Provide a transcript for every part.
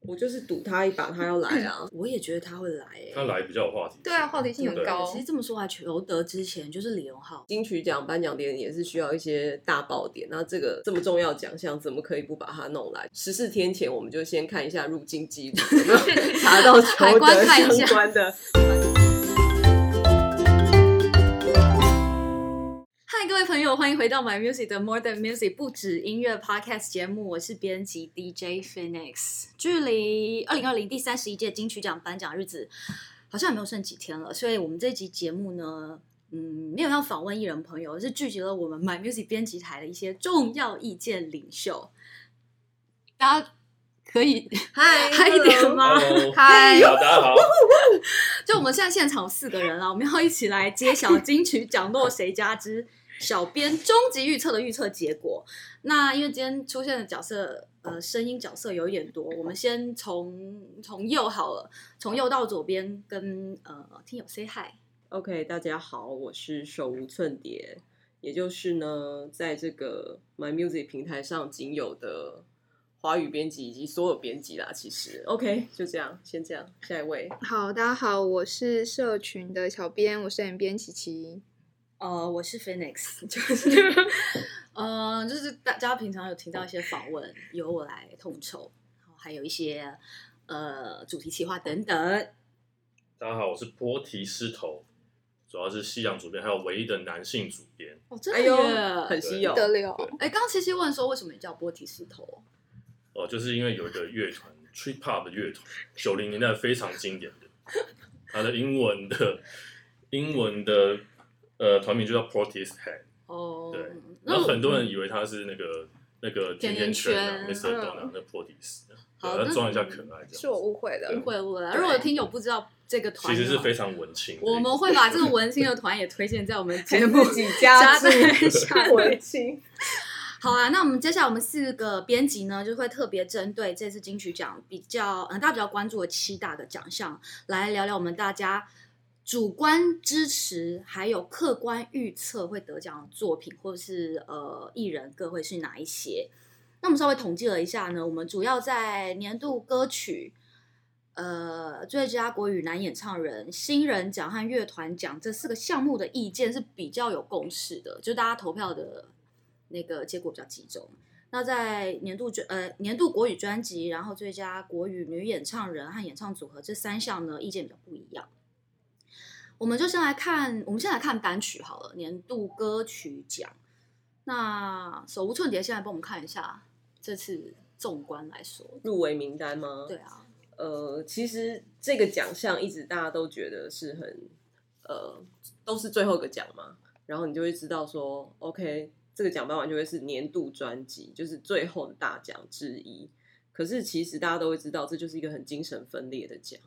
我就是赌他一把，他要来啊！我也觉得他会来、欸。他来比较有话题。对啊，话题性很 高。其实这么说来，裘德之前就是李荣浩，金曲奖颁奖典礼也是需要一些大爆点，那这个这么重要奖项，怎么可以不把它弄来？十四天前，我们就先看一下入境记录，有没有查到裘德相关的。嗨，各位朋友，欢迎回到 My Music 的 More Than Music 不止音乐 Podcast 节目，我是编辑 DJ Phoenix。距离二零二零第三十一届金曲奖颁奖日子好像也没有剩几天了，所以我们这集节目呢，嗯，没有要访问艺人朋友，而是聚集了我们 My Music 编辑台的一些重要意见领袖。大家可以嗨哎嗨一点吗？ Hello，嗨，好，大家好，就我们现在现场有四个人了，我们要一起来揭 晓金曲奖落谁家之小编终极预测的预测结果。那因为今天出现的角色，呃，声音角色有一点多，我们先从从右好了，从右到左边跟呃听友 say hi。 OK，大家好，我是手无寸铁，也就是呢，在这个 My Music 平台上仅有的华语编辑以及所有编辑啦。其实 OK，就这样，先这样，下一位。 好，大家好，我是社群的小编，我是 M 编琪琪。呃，我是 Phoenix，就是， 呃，就是大家平常有听到一些访问，由我来统筹，然后还有一些呃主题企划等等。大家好，我是波提狮头，主要是西洋主编，还有唯一的男性主编。哦，真哎的呦耶，很稀有不。得了，对，哎，刚刚琪琪问说为什么你叫波提石头？哦，就是因为有一个乐团 trip hop 的乐团，九零年代非常经典的， 它的英文的英文的呃团名就叫 Portis Head，哦，对那然后我很多人以为他是那个那个甜甜圈啊甜甜圈嗯，Mr. Donut 那 Portis，好对，他那装一下可爱是这我样，误会 了误。会误会了。如果有听友不知道这个团其的话，实是非常文青的一个。我们会把这个文青的团也推荐在我们节目自己 加在注 下文青，好啊，那我们接下来我们四个编辑呢，就会特别针对这次金曲奖比较，嗯、大家比较关注的七大的奖项，来聊聊我们大家主观支持，还有客观预测会得奖的作品，或者是呃艺人各会是哪一些。那我们稍微统计了一下呢，我们主要在年度歌曲、呃最佳国语男演唱人、新人奖和乐团奖这四个项目的意见是比较有共识的，就大家投票的那个结果比较集中。那在年度专呃年度国语专辑，然后最佳国语女演唱人和演唱组合这三项呢，意见比较不一样。我们就先来看，我们先来看单曲好了，年度歌曲奖。那手无寸铁，先来帮我们看一下这次纵观来说，入围名单吗？对啊，呃，其实这个奖项一直大家都觉得是很呃，都是最后一个奖嘛，然后你就会知道说，OK，这个奖颁完就会是年度专辑，就是最后的大奖之一。可是其实大家都会知道，这就是一个很精神分裂的奖。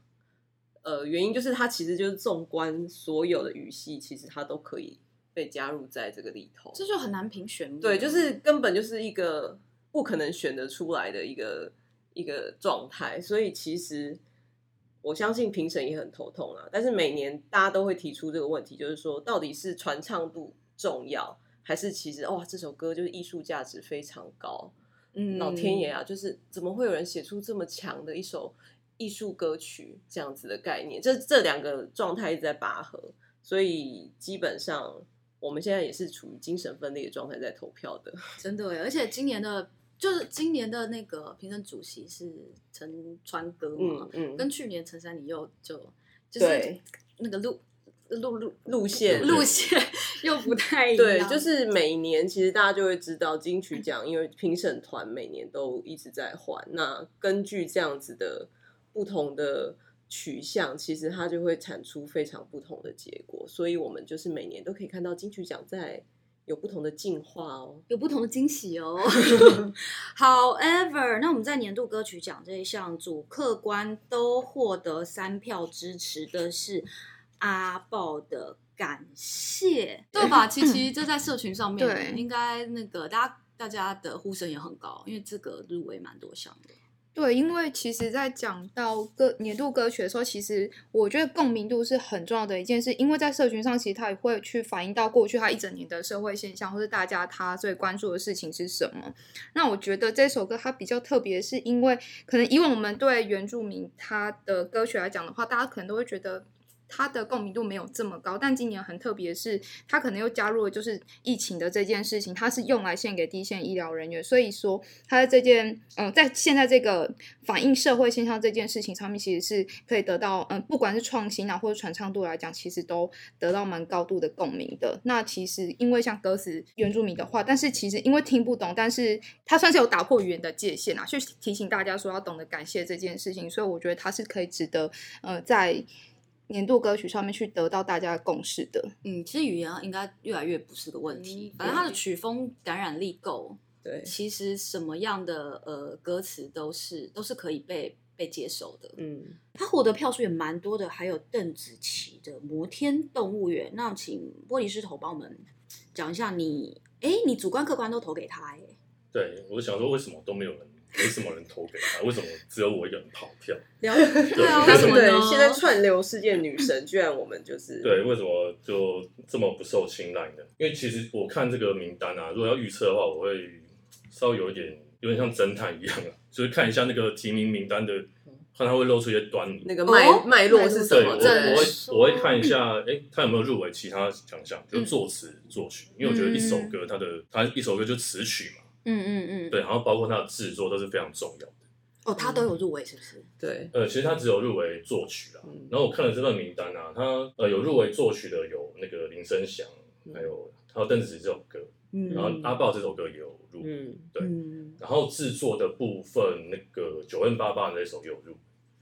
呃，原因就是它其实就是纵观所有的语系，其实它都可以被加入在这个里头。这就很难评选。对，就是根本就是一个不可能选得出来的一个一个状态，所以其实我相信评审也很头痛啊。但是每年大家都会提出这个问题，就是说到底是传唱度重要，还是其实哇这首歌就是艺术价值非常高，嗯老天爷啊，就是怎么会有人写出这么强的一首艺术歌曲这样子的概念？这这两个状态一直在拔河，所以基本上我们现在也是处于精神分裂的状态在投票的。真的耶，而且今年的就是今年的那个评审主席是陈川歌嘛，嗯跟去年陈珊妮又就就是对那个路路路路线路线 又不太一对，样，就是每年其实大家就会知道金曲奖，因为评审团每年都一直在换。那根据这样子的不同的取向，其实它就会产出非常不同的结果。所以我们就是每年都可以看到金曲奖在有不同的进化哦。有不同的惊喜 哦。However，那我们在年度歌曲奖这一项主客观都获得三票支持的是阿豹的。感谢，对 吧？琪琪，这在社群上对面应该那个大家大家的呼声也很高，因为这个入围蛮多项的。对，因为其实，在讲到歌年度歌曲的时候，其实我觉得共鸣度是很重要的一件事，因为在社群上，其实它也会去反映到过去它一整年的社会现象，或是大家他最关注的事情是什么。那我觉得这首歌它比较特别，是因为可能以往我们对原住民他的歌曲来讲的话，大家可能都会觉得。它的共鸣度没有这么高，但今年很特别的是，它可能又加入了就是疫情的这件事情，它是用来献给第一线医疗人员，所以说它在这件嗯、呃，在现在这个反映社会现象这件事情上面，其实是可以得到嗯、呃不管是创新啊或者传唱度来讲，其实都得到蛮高度的共鸣的。那其实因为像歌词原住民的话，但是其实因为听不懂，但是它算是有打破语言的界限啊，去提醒大家说要懂得感谢这件事情，所以我觉得它是可以值得呃在年度歌曲上面去得到大家的共识的。嗯，其实语言应该越来越不是个问题嗯，反正它的曲风感染力够，对，其实什么样的呃歌词都是都是可以被被接受的。 嗯，他获得票数也蛮多的，还有邓紫棋的《摩天动物园》。那请玻璃师头帮我们讲一下你，哎，你主观客观都投给他哎、对，我想说为什么都没有人，没什么人投给他，为什么只有我一个人跑票？了对对啊，为但什是么对呢？现在串流世界女神，居然我们就是对，为什么就这么不受青睐呢？因为其实我看这个名单啊，如果要预测的话，我会稍微有一点，有点像侦探一样啊，就是看一下那个提名名单的，看他会露出一些端倪。那个脉、哦脉络是什对，我么？我真会对，说我会看一下，哎、他有没有入围其他奖项，嗯就作词作曲，因为我觉得一首歌它的它一首歌就词曲嘛，嗯嗯嗯，对，然后包括它的制作都是非常重要的。哦，他都有入围是不是？对，呃，其实他只有入围作曲啦，嗯然后我看了这份名单啊，他呃有入围作曲的有那个林声祥，嗯还有还有邓紫棋这首歌，嗯，然后阿豹这首歌也有入，嗯对嗯，然后制作的部分那个九 N 八八那首也有入，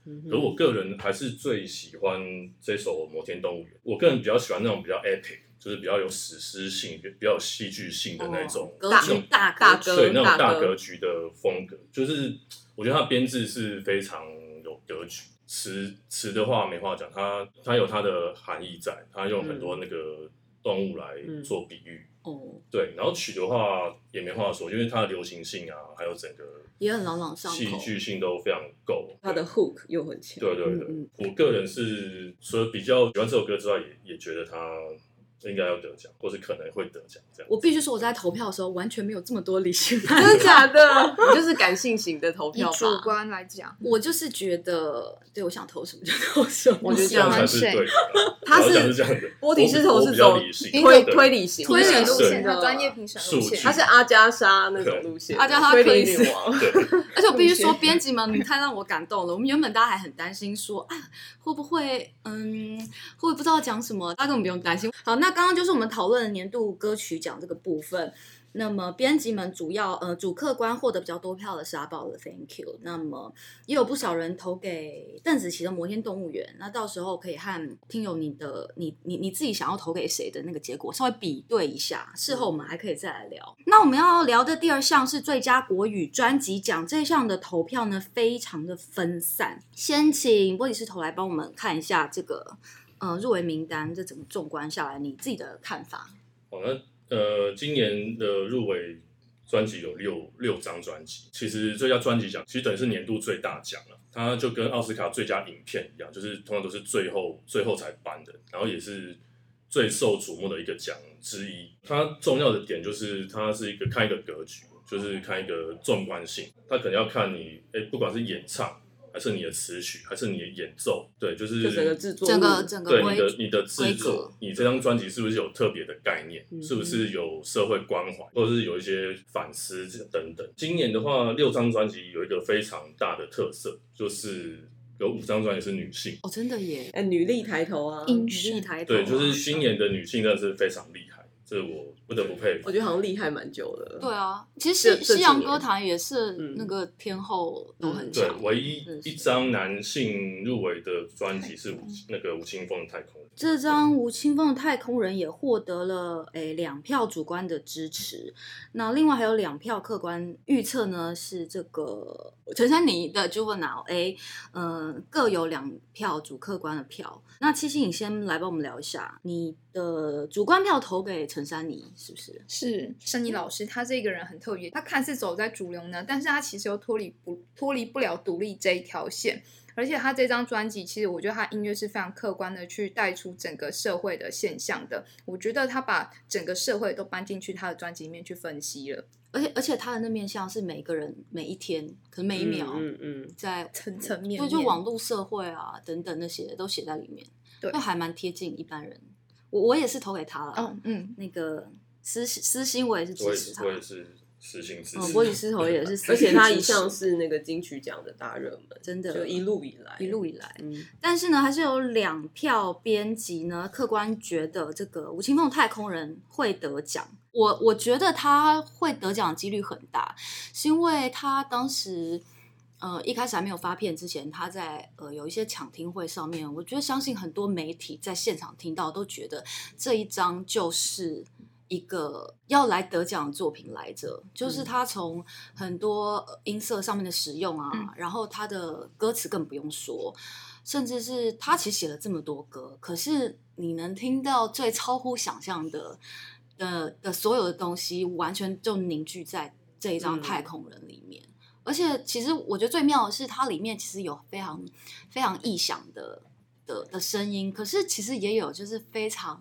嗯可是我个人还是最喜欢这首《摩天动物园》，我个人比较喜欢那种比较 epic，就是比较有史诗性、比较有戏剧性的那种、哦格那局种大大格局歌对那种大格格局的风格，就是我觉得它编制是非常有格局。词词的话没话讲，它它有它的含义在，它用很嗯多那个动物来嗯做比喻，哦，对。然后曲的话也没话说，因为它的流行性啊，还有整个也很朗朗上口戏剧性都非常够。他的 hook 又很强，对对对，嗯我个人是除了比较喜欢这首歌之外，也也觉得它应该要得奖，或是可能会得奖这样。我必须说，我在投票的时候完全没有这么多理性判真的断，假的？你就是感性型的投以票主吧。观来讲， 我就是觉得，对我想投什么就投什么。我觉得这样才是喜欢对的。他是我要讲是这样的，波提斯头我是比较走理性，推对推理型的，推理路线的他专业评审数路据线，她是阿加莎那种路线的，阿加莎推克里理斯女 王。而且我必须说，编辑们，你太让我感动了。我们原本大家还很担心说，啊，会不会，嗯，会不会不知道讲什么？大家根本不用担心。好，那刚刚就是我们讨论的年度歌曲奖这个部分。那么，编辑们主要呃主客观获得比较多票的是阿豹的《Thank You》，那么也有不少人投给邓紫棋的《摩天动物园》。那到时候可以和听友你的你你你自己想要投给谁的那个结果稍微比对一下，事后我们还可以再来聊。那我们要聊的第二项是最佳国语专辑奖，这项的投票呢非常的分散。先请波里斯头来帮我们看一下这个呃入围名单，这整个纵观下来你自己的看法。好，那呃，今年的入围专辑有六六张专辑，其实最佳专辑奖其实等于是年度最大奖了，它就跟奥斯卡最佳影片一样，就是通常都是最后最后才颁的，然后也是最受瞩目的一个奖之一。它重要的点就是它是一个看一个格局，就是看一个纵观性，它可能要看你哎，不管是演唱。还是你的词曲，还是你的演奏，对，就是就整个制作路，整个整个对规你的你的制规格作，你这张专辑是不是有特别的概念？嗯是不是有社会关怀，或者是有一些反思等等？今年的话，六张专辑有一个非常大的特色，就是有五张专辑是女性。哦，真的耶，哎，女力抬头啊，嗯女力抬头啊，对，就是今年的女性真的是非常厉害，这我不得不佩服我。觉得好像厉害蛮久了。对啊，其实这西这西几洋年歌坛也是嗯那个天后都很嗯对强，，唯一嗯一张男性入围的专辑是吴那个吴青峰的《太空人》。嗯这张吴青峰的《太空人》也获得了诶两票主观的支持，那另外还有两票客观预测呢，是这个陈珊妮的《Juvenile A》，嗯，各有两票主客观的票。那七星，你先来帮我们聊一下你的主观票投给陈陈珊妮，是不是？是珊妮老师，她这个人很特别，她看似走在主流呢，但是她其实又脱离不脱离不了独立这一条线。而且她这张专辑，其实我觉得她音乐是非常客观的去带出整个社会的现象的。我觉得她把整个社会都搬进去她的专辑里面去分析了，而且而且她的那面相是每个人每一天，可能每一秒嗯嗯 嗯，在层层面就面。就网络社会啊等等那些都写在里面，对那还蛮贴近一般人。我我也是投给他了，哦，嗯，那个私私心我也是我支也持是他，我也是实行支嗯，持。波吉斯头也是私而 心支持，且他一 向是那个金曲奖的大热门，真的就一路以来一路以来，嗯但是呢，还是有两票编辑呢，客观觉得这个吴青峰的太空人会得奖。我我觉得他会得奖的几率很大，是因为他当时呃一开始还没有发片之前，他在呃有一些抢听会上面，我觉得相信很多媒体在现场听到都觉得这一张就是一个要来得奖的作品来着，就是嗯他从很多呃音色上面的使用啊，嗯然后他的歌词更不用说，甚至是他其实写了这么多歌，可是你能听到最超乎想象的的的所有的东西，完全就凝聚在这一张《嗯太空人》里面。而且，其实我觉得最妙的是，它里面其实有非常非常异响的的的声音，可是其实也有就是非常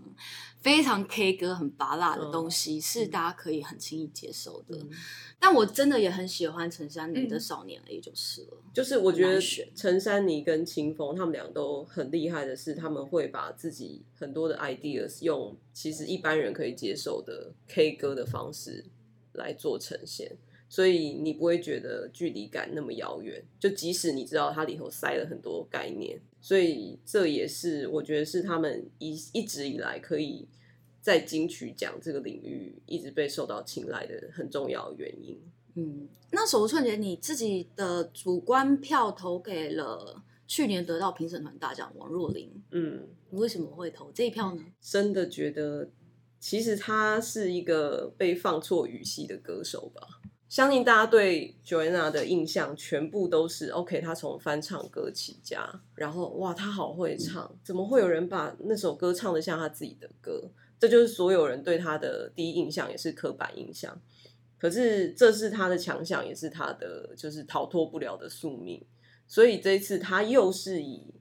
非常 K 歌很拔辣的东西，是大家可以很轻易接受的。哦嗯但我真的也很喜欢陈珊妮的《少年 A》就是了。就是我觉很得难选陈珊妮跟清风他们俩都很厉害的是，他们会把自己很多的 ideas 用其实一般人可以接受的 K 歌的方式来做呈现，所以你不会觉得距离感那么遥远。就即使你知道它里头塞了很多概念，所以这也是我觉得是他们一一直以来可以在金曲奖这个领域一直被受到青睐的很重要的原因。嗯，那首春节你自己的主观票投给了去年得到评审团大奖王若琳，嗯。你为什么会投这一票呢？哦真的觉得，其实他是一个被放错语系的歌手吧。相信大家对 Joanna 的印象全部都是 OK，她从翻唱歌起家，然后哇，她好会唱，怎么会有人把那首歌唱得像她自己的歌？这就是所有人对她的第一印象，也是刻板印象。可是这是她的强项，也是她的就是逃脱不了的宿命。所以这一次她又是以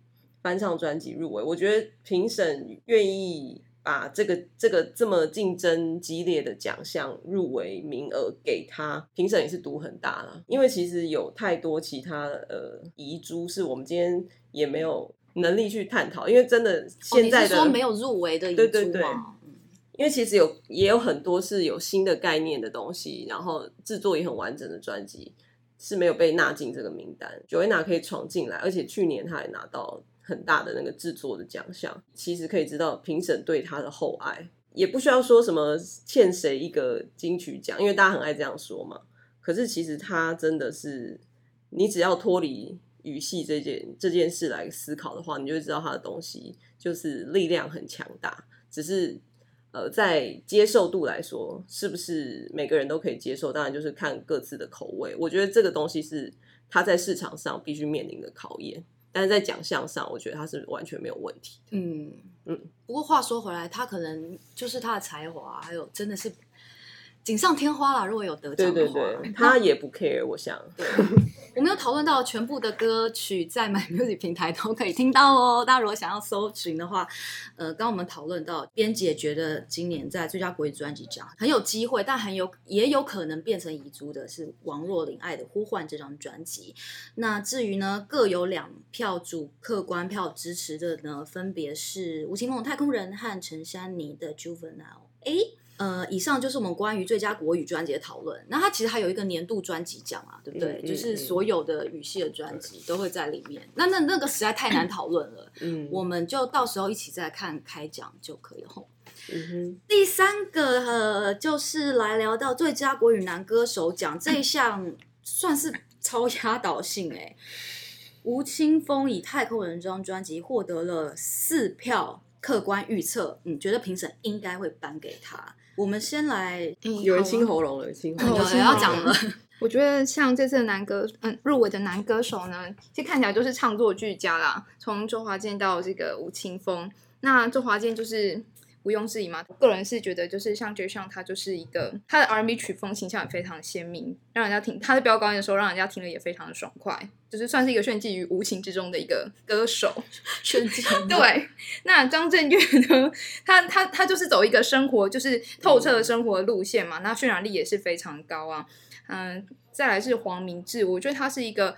翻唱专辑入围，我觉得评审愿意把这个这个这么竞争激烈的奖项入围名额给他，评审也是赌很大啦。因为其实有太多其他呃遗珠是我们今天也没有能力去探讨，因为真的现哦、在你是的、说没有入围的遗珠对吗？对对嗯因为其实有也有很多是有新的概念的东西，然后制作也很完整的专辑是没有被纳进这个名单。Joanna 可以闯进来，而且去年她还拿到很大的那个制作的奖项，其实可以知道评审对她的厚爱，也不需要说什么欠谁一个金曲奖，因为大家很爱这样说嘛。可是其实他真的是，你只要脱离语系这件这件事来思考的话，你就会知道他的东西就是力量很强大，只是呃在接受度来说，是不是每个人都可以接受？当然就是看各自的口味。我觉得这个东西是他在市场上必须面临的考验，但是在奖项上，我觉得他是完全没有问题的。嗯嗯不过话说回来，他可能就是他的才华，还有真的是锦上添花啦。如果有得奖对对的话，对，他也不 care，我想。我们有讨论到全部的歌曲在 My Music 平台都可以听到哦。大家如果想要搜寻的话，呃，刚刚我们讨论到，编辑也觉得今年在最佳国语专辑奖很有机会，但很有也有可能变成遗珠的是王若琳《爱的呼唤》这张专辑。那至于呢，各有两票主客观票支持的呢，分别是吴青峰《太空人》和陈珊妮的《Juvenile A》。呃，以上就是我们关于最佳国语专辑的讨论。那它其实还有一个年度专辑奖啊，对不对？嗯嗯就是嗯所有的语系的专辑都会在里面。那那那个实在太难讨论了，嗯，我们就到时候一起再看开奖就可以了吼。嗯哼。第三个呃，就是来聊到最佳国语男歌手奖这一项，算是超压倒性哎、吴青峰以《太空人》这张专辑获得了四票，客观预测，嗯，觉得评审应该会颁给他。我们先来，嗯哎有人好啊清喉咙了，清喉哦咙有我人先要来讲 了，我觉得像这次的男歌，嗯，入围的男歌手呢，其实看起来就是唱作俱佳啦。从周华健到这个吴青峰，那周华健就是毋庸置疑嘛。个人是觉得，就是像 J 上他就是一个他的 R&B 曲风形象也非常鲜明，让人家听他在飙高音的时候，让人家听了也非常的爽快，就是算是一个炫技于无情之中的一个歌手。炫技。对，那张震岳呢？他他他就是走一个生活，就是透彻的生活路线嘛，那渲染力也是非常高啊。嗯，再来是黄明志，我觉得他是一个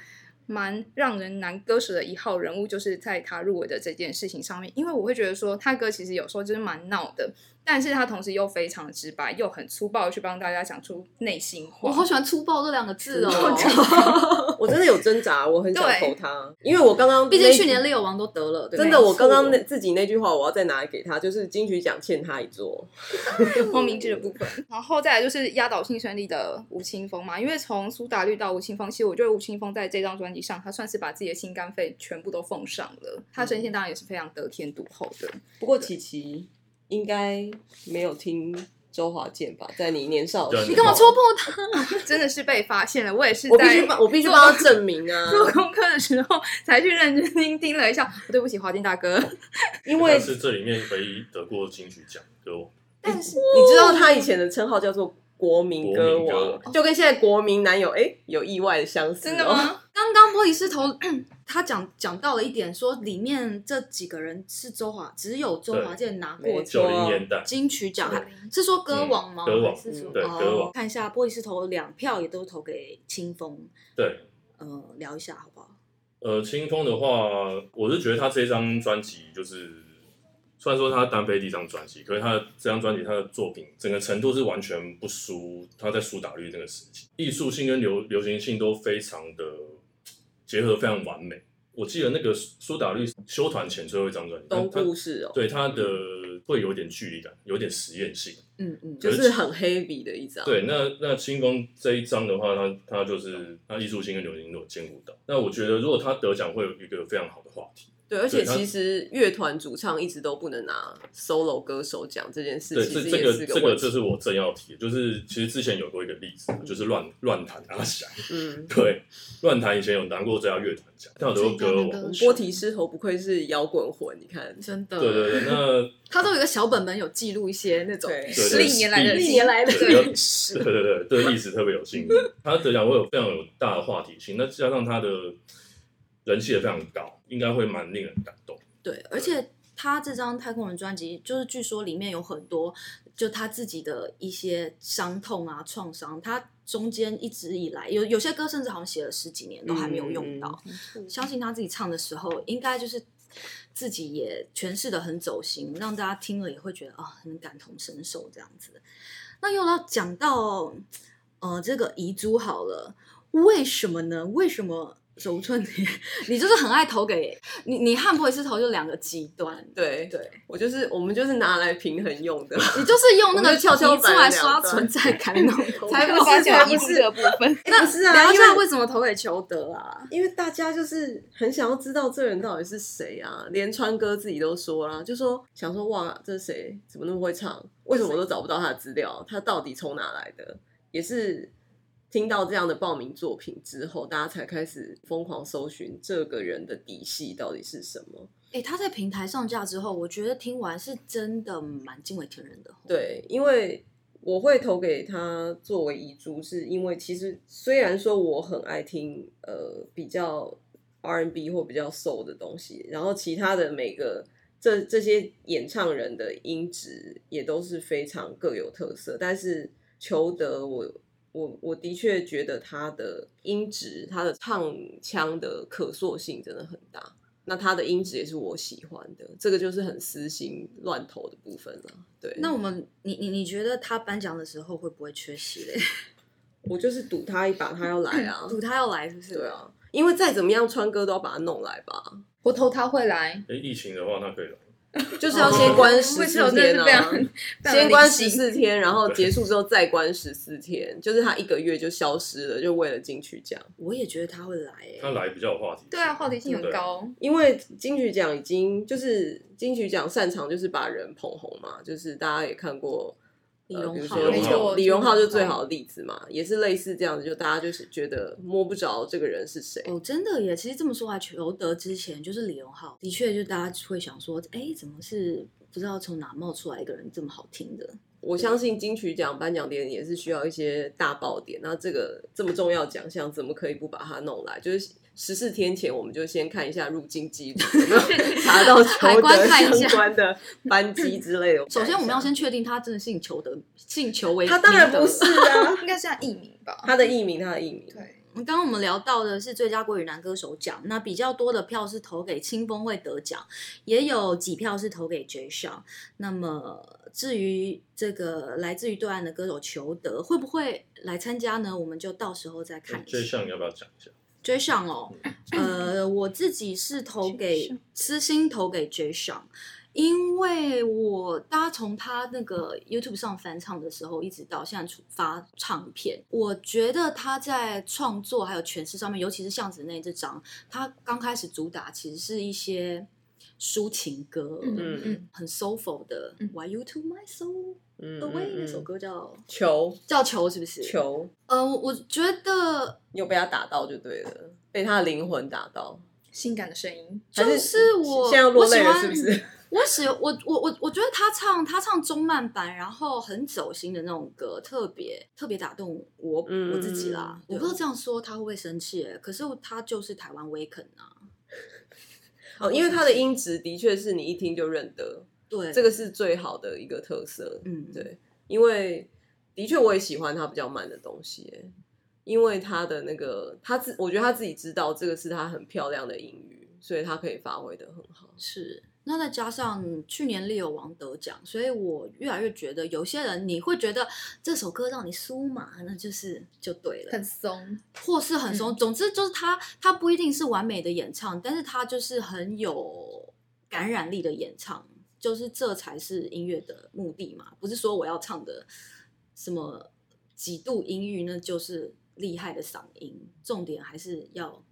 蛮让人难割舍的一号人物，就是在他入围的这件事情上面，因为我会觉得说他歌其实有时候就是蛮闹的，但是他同时又非常直白，又很粗暴地去帮大家讲出内心话。我好喜欢“粗暴”这两个 字粗哦， 我真的有挣扎，我很想对投他，因为我刚刚毕那竟一去年猎友王都得了，对不真对的，我刚刚那没错自己那句话，我要再拿来给他，就是金曲奖欠他一座。莫明嗯智的部分，然后再来就是压倒性胜利的吴青峰嘛，因为从苏打绿到吴青峰，其实我觉得吴青峰在这张专辑上，他算是把自己的心肝肺全部都奉上了，他嗯声线当然也是非常得天独厚的。不过琪琪应该没有听周华健吧？在你年少的时候，对啊你干嘛戳破 他？真的是被发现了，我也是我必须在帮，我必须帮他证明 啊！做功课的时候才去认真听听了一下。对不起，华健大 哥，因为他你是这里面唯一得过金曲奖的歌但是知道他以前的称号叫做国民歌国民歌王，就跟现在国民男友哎、有意哦外的相似、哦。真的？吗？刚刚玻璃师头 他讲讲到了一点，说里面这几个人是周华，只有周华健拿过没错九零年代，金曲奖，对还是说歌王吗？嗯歌王还是说嗯对哦歌王看一下玻璃师头两票也都投给清风，对。呃，聊一下好不好？呃，清风的话，我是觉得他这张专辑就是，虽然说他单飞第一张专辑，可是他的这张专辑他的作品整个程度是完全不输他在苏打绿那个时期，艺术性跟流流行性都非常的结合，非常完美。我记得那个苏苏打绿休团前最后一张专辑，都他故事哦，对他的会有点距离感，有点实验性。嗯嗯，就是很 heavy 的一张。对，那那清风这一张的话，他他就是他艺术性跟流行性都有兼顾到。那我觉得如果他得奖，会有一个非常好的话题。对，而且对他其实乐团主唱一直都不能拿 solo 歌手奖这件事，对，其这实这也个是这问个题。就是我正要提的，就是其实之前有过一个例子，就是乱乱弹阿翔，嗯， 对，乱弹以前有拿过最佳乐团奖，他有得过歌最佳王歌，波提狮头不愧是摇滚魂，你看，真的，对对对，那 他都有一个小本本有记录一些那种对历年来的历年来的对 要历史。对对对对历史特别有兴趣，他得奖会有非常有大的话题性，那加上他的人气也非常高，应该会蛮令人感动。对，而且他这张《太空人》专辑，就是据说里面有很多就他自己的一些伤痛啊、创伤，他中间一直以来有有些歌甚至好像写了十几年都还没有用到。相信他自己唱的时候，应该就是自己也诠释的很走心，让大家听了也会觉得啊、很感同身受这样子。那又要讲到呃这个遗珠好了，为什么呢？为什么？周春你 你就是很爱投给你，你和博伊斯投就两个极端，对对，我就是我们们拿来平衡用的， 你就是用那我个们是跷跷移出板来的两刷端存在感那种投票，才会发现是吧艺术这个部分。那不是啊，聊一因为下为什么投给裘德啊？因为大家就是很想要知道这人到底是谁啊，连川哥自己都说啦，就说想说哇，这是谁怎么那么会唱？为什么我都找不到他的资料？他到底从哪来的？也是听到这样的报名作品之后，大家才开始疯狂搜寻这个人的底细到底是什么。哎、他在平台上架之后，我觉得听完是真的蛮惊为天人的。，对，因为我会投给他作为遗珠，是因为其实虽然说我很爱听呃比较 R&B 或比较 soul 的东西，然后其他的每个这这些演唱人的音质也都是非常各有特色，但是裘德我。我我的确觉得他的音质，他的唱腔的可塑性真的很大。那他的音质也是我喜欢的，这个就是很私心乱投的部分了。对，那我们你你你觉得他颁奖的时候会不会缺席 嘞？！我就是赌他一把，他要来啊赌他要来是不是？对，啊，因为再怎么样，川哥都要把他弄来吧，我投他会来，哎，疫情的话，他可以来。就是要先关十为什四么真天的是非啊常，非常先关理十性四天，然后结束之后再关十四天，就是他一个月就消失了，就为了金曲奖。我也觉得他会来、欸。他来比较有话题性。对啊，话题性很对高。因为金曲奖已经就是金曲奖擅长就是把人捧红嘛，就是大家也看过。李呃荣比如浩说没李错荣李荣浩就就是最好的例子嘛，也是类似这样子，就大家就是觉得摸不着这个人是谁，哦，真的耶！其实这么说来，裘德之前就是李荣浩，的确就大家会想说，哎，怎么是不知道从哪冒出来一个人这么好听的。我相信金曲奖颁奖典礼也是需要一些大爆点，那这个这么重要奖项，怎么可以不把它弄来？就是十四天前，我们就先看一下入境记录，有没 有查到海球关的看一下相关的班机之类的。 首先，我们要先确定他真的姓裘的，姓裘为他当然不是啊， 应该是他艺名吧？ 他的艺名，他的艺名。对，刚刚我们聊到的是最佳国语男歌手奖，那比较多的票是投给清风会得奖，也有几票是投给 J s h a n 那么至于这个来自于对岸的歌手裘德会不会来参加呢？我们就到时候再看一这下。项要不要讲一下？ J s h a n 哦，呃，我自己是投 J. 给 Sean 私心投给 J s h a n 因为我大家从他那个 YouTube 上翻唱的时候，一直到现在出发唱片，我觉得他在创作还有诠释上面，尤其是巷子内这张，他刚开始主打其实是一些抒情歌，嗯嗯很 soulful 的、嗯 Why You To My Soul 嗯 Away、那首嗯歌叫球叫球是不是？，球，呃，我我觉得你有被他打到就对了，被他的灵魂打到。性感的声音，还就是我现在要落我喜泪了，欢是不 是？我喜我我我我觉得他唱他唱中慢版，然后很走心的那种歌，特别特别打动我、嗯我自己啦。对我不知道这样说他会不会生气耶，可是他就是台湾 Waken 啊，哦，因为他的音质的确是你一听就认得，对这个是最好的一个特色。嗯对因为的确我也喜欢他比较慢的东西耶，因为他的那个他自，我觉得他自己知道这个是他很漂亮的英语，所以他可以发挥的很好。是。那再加上去年力友王得奖，所以我越来越觉得有些人你会觉得这首歌让你酥麻，那就是就对了，很松，或是很松。总之就是他，他不一定是完美的演唱，但是他就是很有感染力的演唱，就是这才是音乐的目的嘛。不是说我要唱的什么几度音域，那就是厉害的嗓音。重点还是要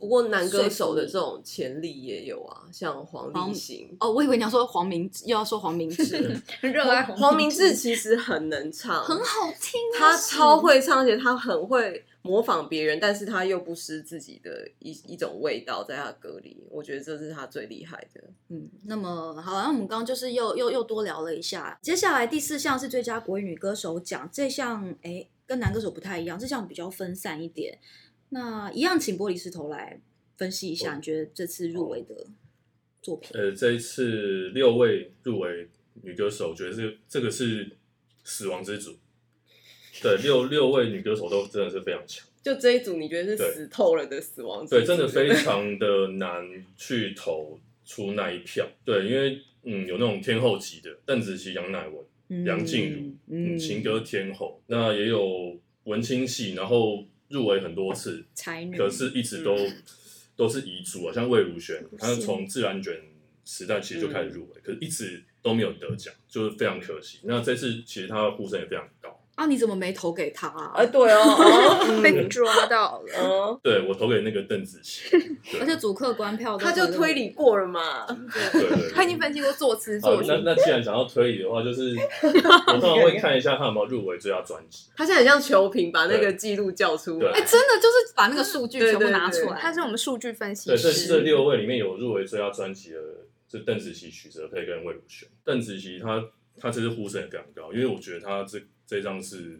不过男歌手的说服你这种潜力也有啊，像黄立行。哦，我以为你要说黄明志，又要说黄明志，热爱黄明志其实很能唱， 很好听、啊，他是超会唱，而且他很会模仿别人，但是他又不失自己的一一种味道在他的歌里。我觉得这是他最厉害的。嗯，那么好，那我们刚刚就是又又又多聊了一下。接下来第四项是最佳国语女歌手奖，这项哎跟男歌手不太一样，这项比较分散一点。那一样，请玻璃石头来分析一下，哦你觉得这次入围的作品？呃，这一次六位入围女歌手，我觉得这这个是死亡之组。对，六六位女歌手都真的是非常强，就这一组，你觉得是对死透了的死亡之对，组真的非常的难去投出那一票。对，因为嗯，有那种天后级的邓紫棋、杨乃文，梁静茹嗯，情歌天后，那也有文青系，然后入围很多次，才女，可嗯是一直都、都是遗珠啊，像魏如萱，她是从自然卷时代其实就开始嗯入围，可是一直都没有得奖，就是非常可惜。那这次其实她的呼声也非常高，啊，你怎么没投给她、啊哎，？呃对哦， 哦被嗯抓到了，嗯，对我投给那个邓紫棋，对而且主客观票都他就投给推理过了嘛。对 对 他已对。经分析过作词好作，曲那，那既然想要推理的话，就是 我通常会看一下她有没有入围最佳专辑。他现在很像球评，把那对个记录叫出来哎、。真的就是把那个数据对全部对拿对出来。他是我们数据分析对，这师，这六位里面有入围最佳专辑的，是邓紫棋、许哲佩跟魏如萱。邓紫棋她她这次呼声也非常高，因为我觉得她这这张是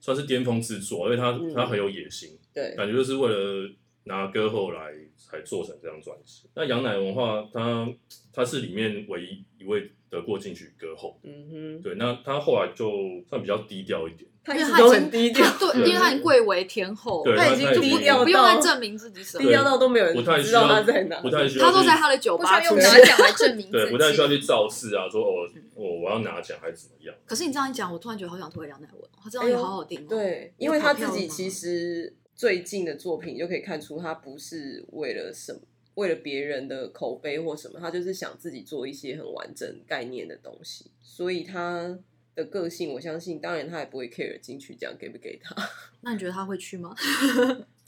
算是巅峰之作，因为她、嗯她很有野心， 对，感觉就是为了拿歌后来才做成这张专辑。那杨乃文的话，她她是里面唯一一位得过金曲歌后。嗯哼，对，那她后来就算比较低调一点，他一因为直他都已很经低调他，对，因为他已经贵为天后，对他已经他已就经低调到，不用再证明自己什 低么，调到都没有人不太知需道要他在哪。不太需要他都去在他的酒不需要吧出用现拿。奖来证明自 己，对，不太需要去造势啊，说哦，我我要拿奖还是怎么样。可是你这样一讲，我突然觉得好想推杨乃文，他这样哎也呦好好听哦。，对，因为他自己其实最近的作品就可以看出，他不是为了什么，为了别人的口碑或什么，他就是想自己做一些很完整概念的东西。所以他的个性，我相信，当然他也不会 care 金曲奖给不给他， 那你觉得他会去吗？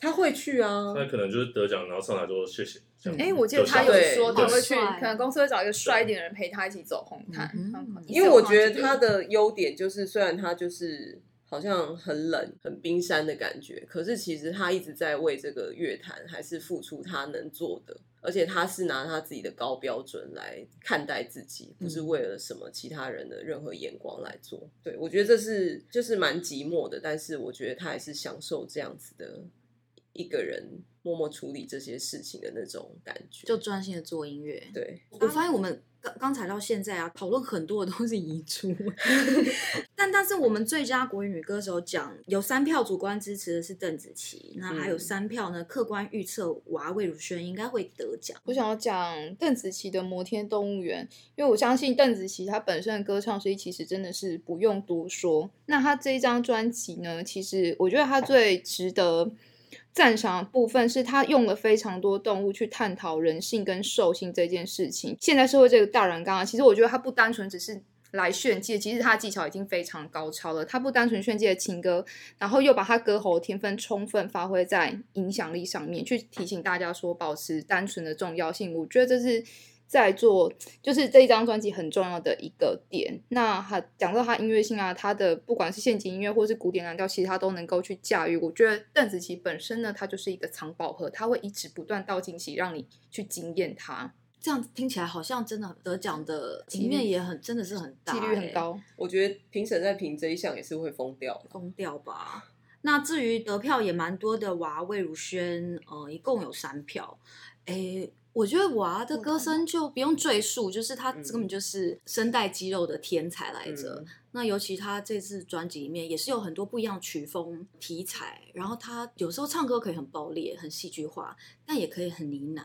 他会去啊。他可能就是得奖，然后上来说谢谢。这样哎、我记得他有说他会去，对可能公司会找一个帅一点的人陪他一起走红毯嗯，然后一起因为我走觉得红他毯的优点就是，虽然他就是好像很冷、很冰山的感觉。可是其实他一直在为这个乐坛还是付出他能做的，而且他是拿他自己的高标准来看待自己，不是为了什么其他人的任何眼光来做。对我觉得这是就是蛮寂寞的，但是我觉得他还是享受这样子的一个人默默处理这些事情的那种感觉。就专心的做音乐。对，我发现我们刚刚才到现在啊，讨论很多的都是遗 珠，但但是我们最佳国语女歌手奖有三票主观支持的是邓紫棋，那还有嗯三票呢，客观预测娃魏如萱应该会得奖。我想要讲邓紫棋的《摩天动物园》，因为我相信邓紫棋她本身的歌唱实力其实真的是不用多说。那她这一张专辑呢，其实我觉得她最值得赞赏的部分是她用了非常多动物去探讨人性跟兽性这件事情。现在社会这个大染缸啊，其实我觉得她不单纯只是。来炫技，其实她的技巧已经非常高超了。她不单纯炫技的情歌，然后又把他歌喉的天分充分发挥在影响力上面，去提醒大家说保持单纯的重要性。我觉得这是在做，就是这一张专辑很重要的一个点。那他讲到他音乐性啊，他的不管是陷阱音乐或是古典蓝调，其实他都能够去驾驭。我觉得邓紫棋本身呢，她就是一个藏宝盒，她会一直不断倒惊喜，让你去惊艳她，这样听起来好像真的得奖的率里面也很真的是很大、欸几率很，高。我觉得评审在评这一项也是会疯掉的。疯掉吧。那至于得票也蛮多的娃魏如萱，呃，一共有三票。诶，我觉得娃的歌声就不用赘述，就是她根本就是声带肌肉的天才来着。嗯那尤其他这次专辑里面也是有很多不一样的曲风题材，然后他有时候唱歌可以很爆裂、很戏剧化，但也可以很呢喃。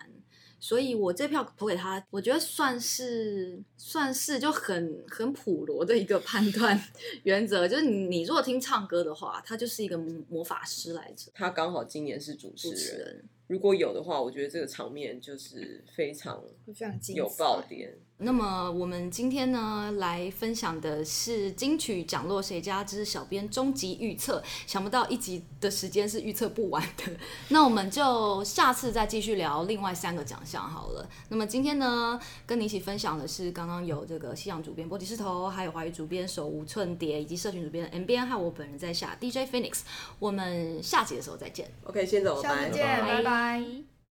所以我这票投给他，我觉得算是算是就很很普罗的一个判断原则，就是你你如果听唱歌的话，他就是一个魔魔法师来着，他刚好今年是主持主人，持人。如果有的话，我觉得这个场面就是非常会非常精有爆点。那么我们今天呢，来分享的是金曲奖落谁家之小编终极预测。想不到一集的时间是预测不完的，那我们就下次再继续聊另外三个奖项好了。那么今天呢，跟你一起分享的是刚刚有这个西洋主编波提石头，还有华语主编手无寸铁，以及社群主编 M 编，还有我本人在下 DJ Phoenix。我们下集的时候再见。 OK，先走，下拜次见，拜拜拜